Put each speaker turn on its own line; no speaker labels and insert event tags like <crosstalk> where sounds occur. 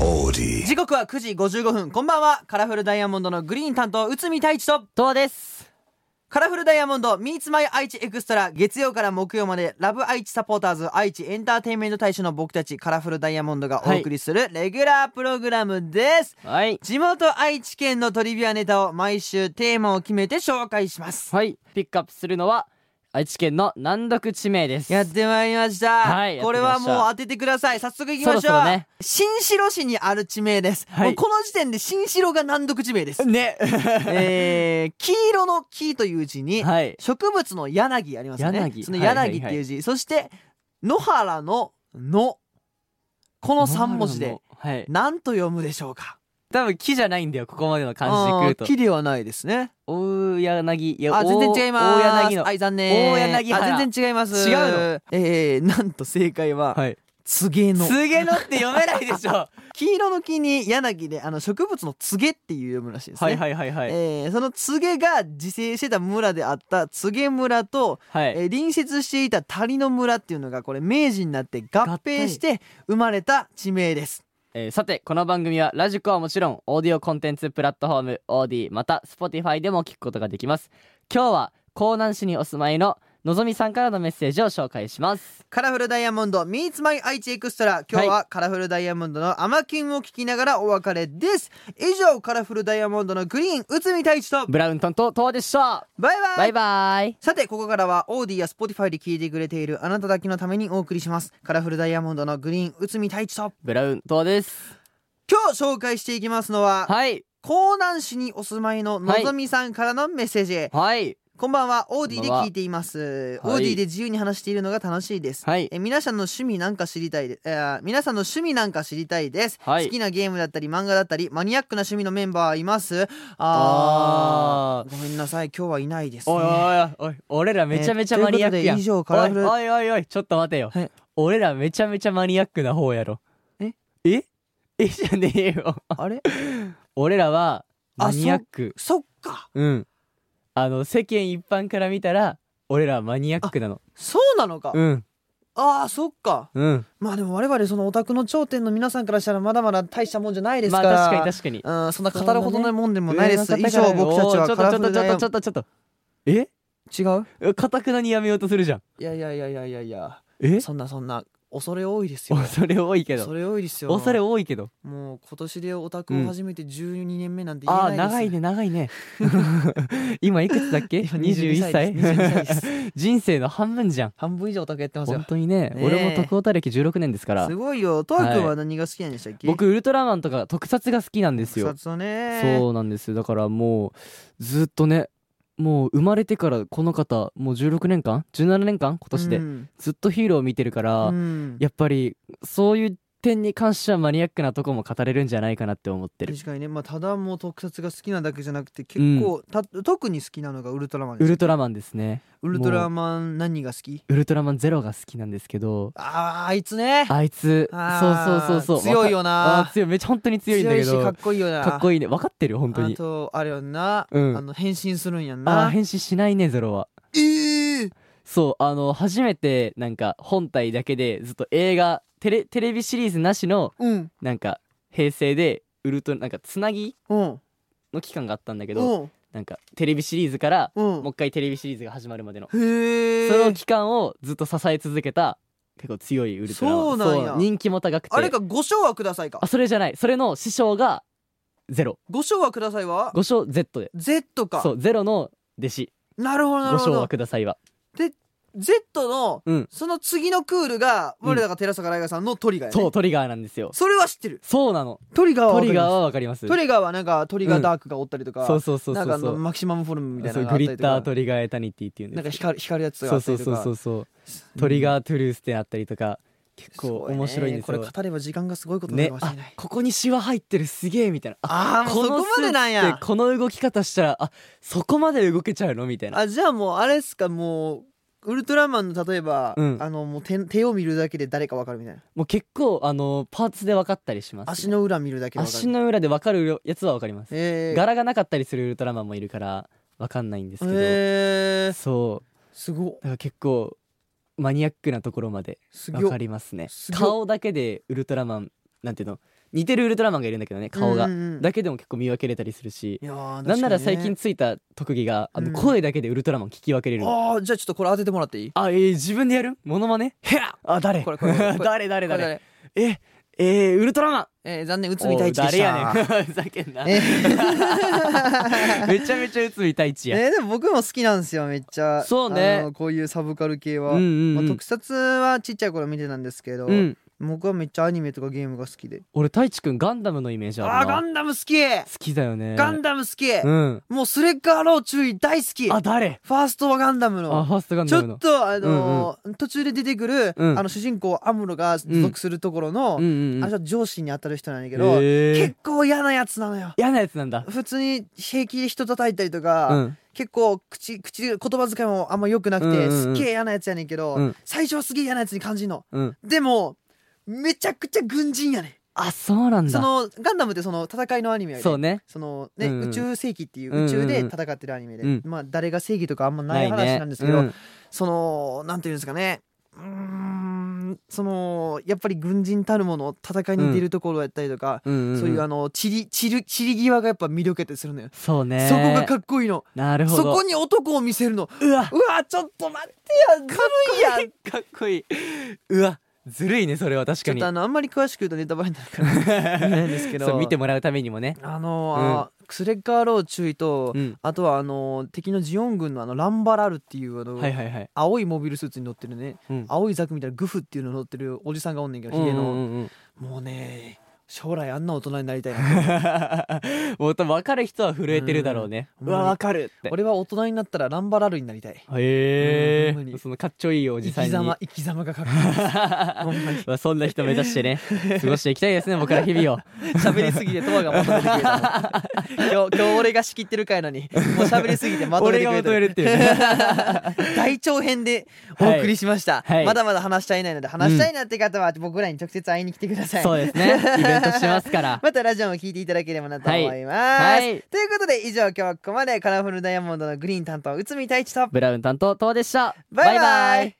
オーディ
時刻は9時55分こんばんはカラフルダイヤモンドのグリーン担当内海太一と
とわです
カラフルダイヤモンド Meets My 愛知エクストラ月曜から木曜までラブ愛知サポーターズ愛知エンターテインメント大使の僕たちカラフルダイヤモンドがお送りするレギュラープログラムです、
はい
地元愛知県のトリビアネタを毎週テーマを決めて紹介します
はいピックアップするのは愛知県の難読地名です
やってまいりました、
はい
これは
やってみまし
もう
た
当ててください早速いきましょう
そろそろね
新城市にある地名です、
はい
もうこの時点で新城が難読地名です
ね
えー黄色の木という字に、
<laughs> はい
植物の柳ありますよね
柳
その
はいはいはい
柳っていう字、そして野原の「の」この3文字で
はい
何と読むでしょうか
多分木じゃないんだよここまでの漢字でくる
あー
と
木ではないですね
大柳いや
あ全然違います
大柳の
はい残念
大柳原
あ全然違います
違うの
えーなんと正解は「
はい
つげの」
すげのって読めないでしょ <laughs> は
黄色の木に柳であの植物の「つげ」っていう読むらしいですね、
いはいはいはい
えーそのつげが自生してた村であったつげ村と
はい
えー隣接していた谷の村っていうのがこれ明治になって合
合
併
併
して生まれた地名です。
えーさてこの番組はラジコはもちろんオーディオコンテンツプラットフォームオーディまた Spotify でも聞くことができます今日は江南市にお住まいののぞみさんからのメッセージを紹介します
カラフルダイヤモンド Meets My 愛知エクストラ今日はカラフルダイヤモンドのアマキュンを聞きながらお別れです。以上カラフルダイヤモンドのグリーン内海太一と
ブラウン担当とわでした
バイバイ
バイバイ
さてここからはオーディや Spotify で聞いてくれているあなただけのためにお送りします。カラフルダイヤモンドのグリーン内海太一と
ブラウンとわです
今日紹介していきますのは、
はい
江南市にお住まいののぞみさんからのメッセージ。
はい
こんばんは、オーディで聞いています。
こん
オ
ばん
ー
ははい
ディで自由に話しているのが楽しいです。
はい
え皆さんの趣味なんか知りたいで、えー皆さんの趣味なんか知りたいです、
はい
好きなゲームだったり漫画だったりマニアックな趣味のメンバーいますあ
あ
ーごめんなさい今日はいないです、ね、
おいおいおいおい俺らめちゃめちゃマニアックやん、
えーということで以上カラフル
おいおいおいおいちょっと待てよ、
はい
俺らめちゃめちゃマニアックな方やろ
え
ええ <laughs> じゃねえよ
あれ
俺らは
あ
マニアック
そっか
うんあの世間一般から見たら俺らはマニアックなの
そうなのか、
うん
あーそっか
うん
まあでも我々そのオタクの頂点の皆さんからしたらまだまだ大したもんじゃないです
ま
か
あ
ら、
確かに確かに
うんそんな語るほどのもんでもないです、
上の
以
方か
上
ら
僕たち
おー
はカラフル
ちょ
ダイ
っ
ヤ
とちょっとちょっとちょっとちょっと
違う
えかたくなにやめようとするじゃん
いやいやいやいやいやいや
え
そんなそんな恐れ多いですよ
<laughs> 恐れ多いけど
それ多いですよ
恐れ多いけど
もう今年でオタクを始めて12年目なんて言え
あ
な
あ
いです、
長いね長い
<laughs>
ね今いくつだっけ
今
21
22
歳
です22歳です
<laughs> 人生の半分じゃん
半分以上オタクやってますよ
本当にね
ねえ
俺も特オタ歴16年ですから
すごいよトワ君は何が好きなんでしたっけ、
僕ウルトラマンとか特撮が好きなんですよ
草津をね
そうなんですよだからもうずっとねもう生まれてからこの方もう16年間17年間今年で、
うん
ずっとヒーローを見てるから、
うん
やっぱりそういう点に関してはマニアックなとこも語れるんじゃないかなって思ってる
確かにね、まあ、ただもう特撮が好きなだけじゃなくて結構、た特に好きなのがウルトラマンで
ウ
す
ルトラマンですね
ウルトラマン何が好き
ウルトラマンゼロが好きなんですけど
あーあいつね
あいつそう
あー
そうそうそう
強いよ
わかあ
な
ー強いめっちゃ本当に強いんだ
強
け
いしか
ど
っこいいよな
かっこいいね分かってる本当
あ
に
とあれよな、
うん
あの変身するんやん
あー
な
変身しないねゼロは
えー、
そうあの初めてなんか本体だけでずっと映画テレテレビシリーズなしの
うん
なんか平成でウルトなんかつなぎ
うん
の期間があったんだけど
うん
なんかテレビシリーズから
うん
もう一回テレビシリーズが始まるまでの
へえ
その期間をずっと支え続けた結構強いウルトラマン
そうなんや
人気も高くて
あれかご賞はくださいか
あそれじゃないそれの師匠がゼロ
ご賞はくださいは
五章 Z で
Z か
そうゼロの弟子
なるほどなる
五
ほ
章は
ど
くださいは
Z の
うん
その次のクールが我らが寺坂ライガーさんのトリガーやね、
そうトリガーなんですよ
それは知ってる
そうなの
トリガーは
ト
わか
リ
り
ガー
ま
はわかります
すトリガーはなんかトリガーダークがおったりとか、
そうそうそうそ
な
うん
かあ
そ
の
う
マキシマムフォルムみたいな
そう
のがあ
グ
ったり
リ
とか
ッタートリガーエタニティっていうん
なん
で
か
す
光る光るやつ
けど
があ
そう
った
そう
りと
そ
か
うそうそうトリガートゥルースってあったりとか結構
ごね
面白いんですよ
これ語れば時間がすごいことにな
ね
るかもし
あ
れない、
ここにシワ入ってるすげえみたいなあ
ああもうそこまでなん
スーツっ
や
てこの動き方したらあそこまで動けちゃうのみたいな
あじゃあもうあれっすかもうウルトラマンの例えば、
うん
あのもう手手を見るだけで誰かわかるみたいな
もう結構あのパーツで分かったりします
足の裏見るだけでわかる
足の裏で分かるやつは分かります
えー、
柄がなかったりするウルトラマンもいるから分かんないんですけど、
えー、
そう
すごっ
だから結構マニアックなところまです分
ご
か
っ
りますね
すぎょ
顔だけでウルトラマンなんていうの似てるウルトラマンがいるんだけどね顔が、
うんうんうん
だけでも結構見分けれたりするし
いやー
なんなら
確かに
最
ね
近ついた特技があ
う
の
ん
声だけでウルトラマン聞き分けれるの、
ああじゃあちょっとこれ当ててもらっていい
あえー自分でやるモノマネ
へら
あ誰
これこれこれ
<laughs> 誰誰
これ
誰
誰
ええーウルトラマン
えー残念内海太一でした
お誰やねん <laughs> ふざけんな
え
め <laughs> ちゃめちゃ内海太一や
えーでも僕も好きなんですよめっちゃ
そうね
あのこういうサブカル系は、
うんうんう
まあ
ん
特撮はちっちゃい頃見てたんですけど、
うん
僕はめっちゃアニメとかゲームが好きで
俺太一くんガンダムのイメージあるな
あーガンダム好き
好きだよね
ガンダム好き、
うん
もうスレッガーロー注意大好きフ
あ
ァ
誰
ーストはガンダム
あ
の
ファーストガン
ち
ダム
ょ
の
っとあのー途中で出てくる、
うん
あの主人公アムロが属するところの、
うんうんうん
あれは上司に当たる人なんだけど、
結
結構嫌なやつなのよ
嫌なやつなんだ
普通に平気で人叩いたりと
う
か、
ん
結構口口言葉遣いもあんま良くなくて、
うんうんうん
すっげえ嫌なやつやねんけど、
うん
最初はすげえ嫌なやつに感じんの
うん
でもめちゃくちゃ軍人やねん
あそうなん
そ
だ
のガンダムってその戦いのアニメやね
そうね
そのね、
うんうん
宇宙世紀っていう宇宙で戦ってるアニメで、
うんうんうん
まあ誰が正義とかあんまない
ね
話なんですけど、
うん
そのなんていうんですかねうーんそのやっぱり軍人たるもの戦いに出るところやったりとか、
うんん
そういうあの散り散る散り際がやっぱ魅力やったりするのよ、
そうね
そこがかっこいいの
なるほ
そ
ど
こに男を見せるの
うわ
うわちょっと待ってや軽いやん
かっこいいうわずるいねそれは確
ち
か
ょっ
に
とあのあんまり詳しく言うとネタバレになるから言
<laughs>
えないんですけど
そう見てもらうためにもね
あのーあースレッガーロー注意と、
うん
あとはあのー敵のジオン軍のあのランバラルっていうあの、
はいはいはい
青いモビルスーツに乗ってるね
うん
青いザクみたいなグフっていうの乗ってるおじさんがおんねんけどヒゲの、
うんうんうん
もうね将来あんな大人になりたいな
<laughs> もう多分分かる人は震えてるだろうね
うん
うわ分かるって
俺は大人になったらランバラルになりたい
へ
うんほんま
え
に
そのかっちょいいお
生
じ
き
さんに
様生き様がかっこいいほんまに
まあそんな人目指してね過ごしていきたいですね僕ら日々を
喋りすぎてトアがまとめてくれ
<laughs>
た今日今日俺が仕切ってる回なのにもう喋りすぎてまとめ
俺
て
が
くれ
求
て
め
る
るっていうね
<laughs> 大長編でお送りしました、
はいはい
まだまだ話したいないので話したいなって方は僕らに直接会いに来てください、
そうですねイベントしてますから
<laughs> またラジオも聞いていただければなと思います、
はいはい
ということで以上今日はここまでカラフルダイヤモンドのグリーン担当内海太一と
ブラウン担当とわでした
バイバイ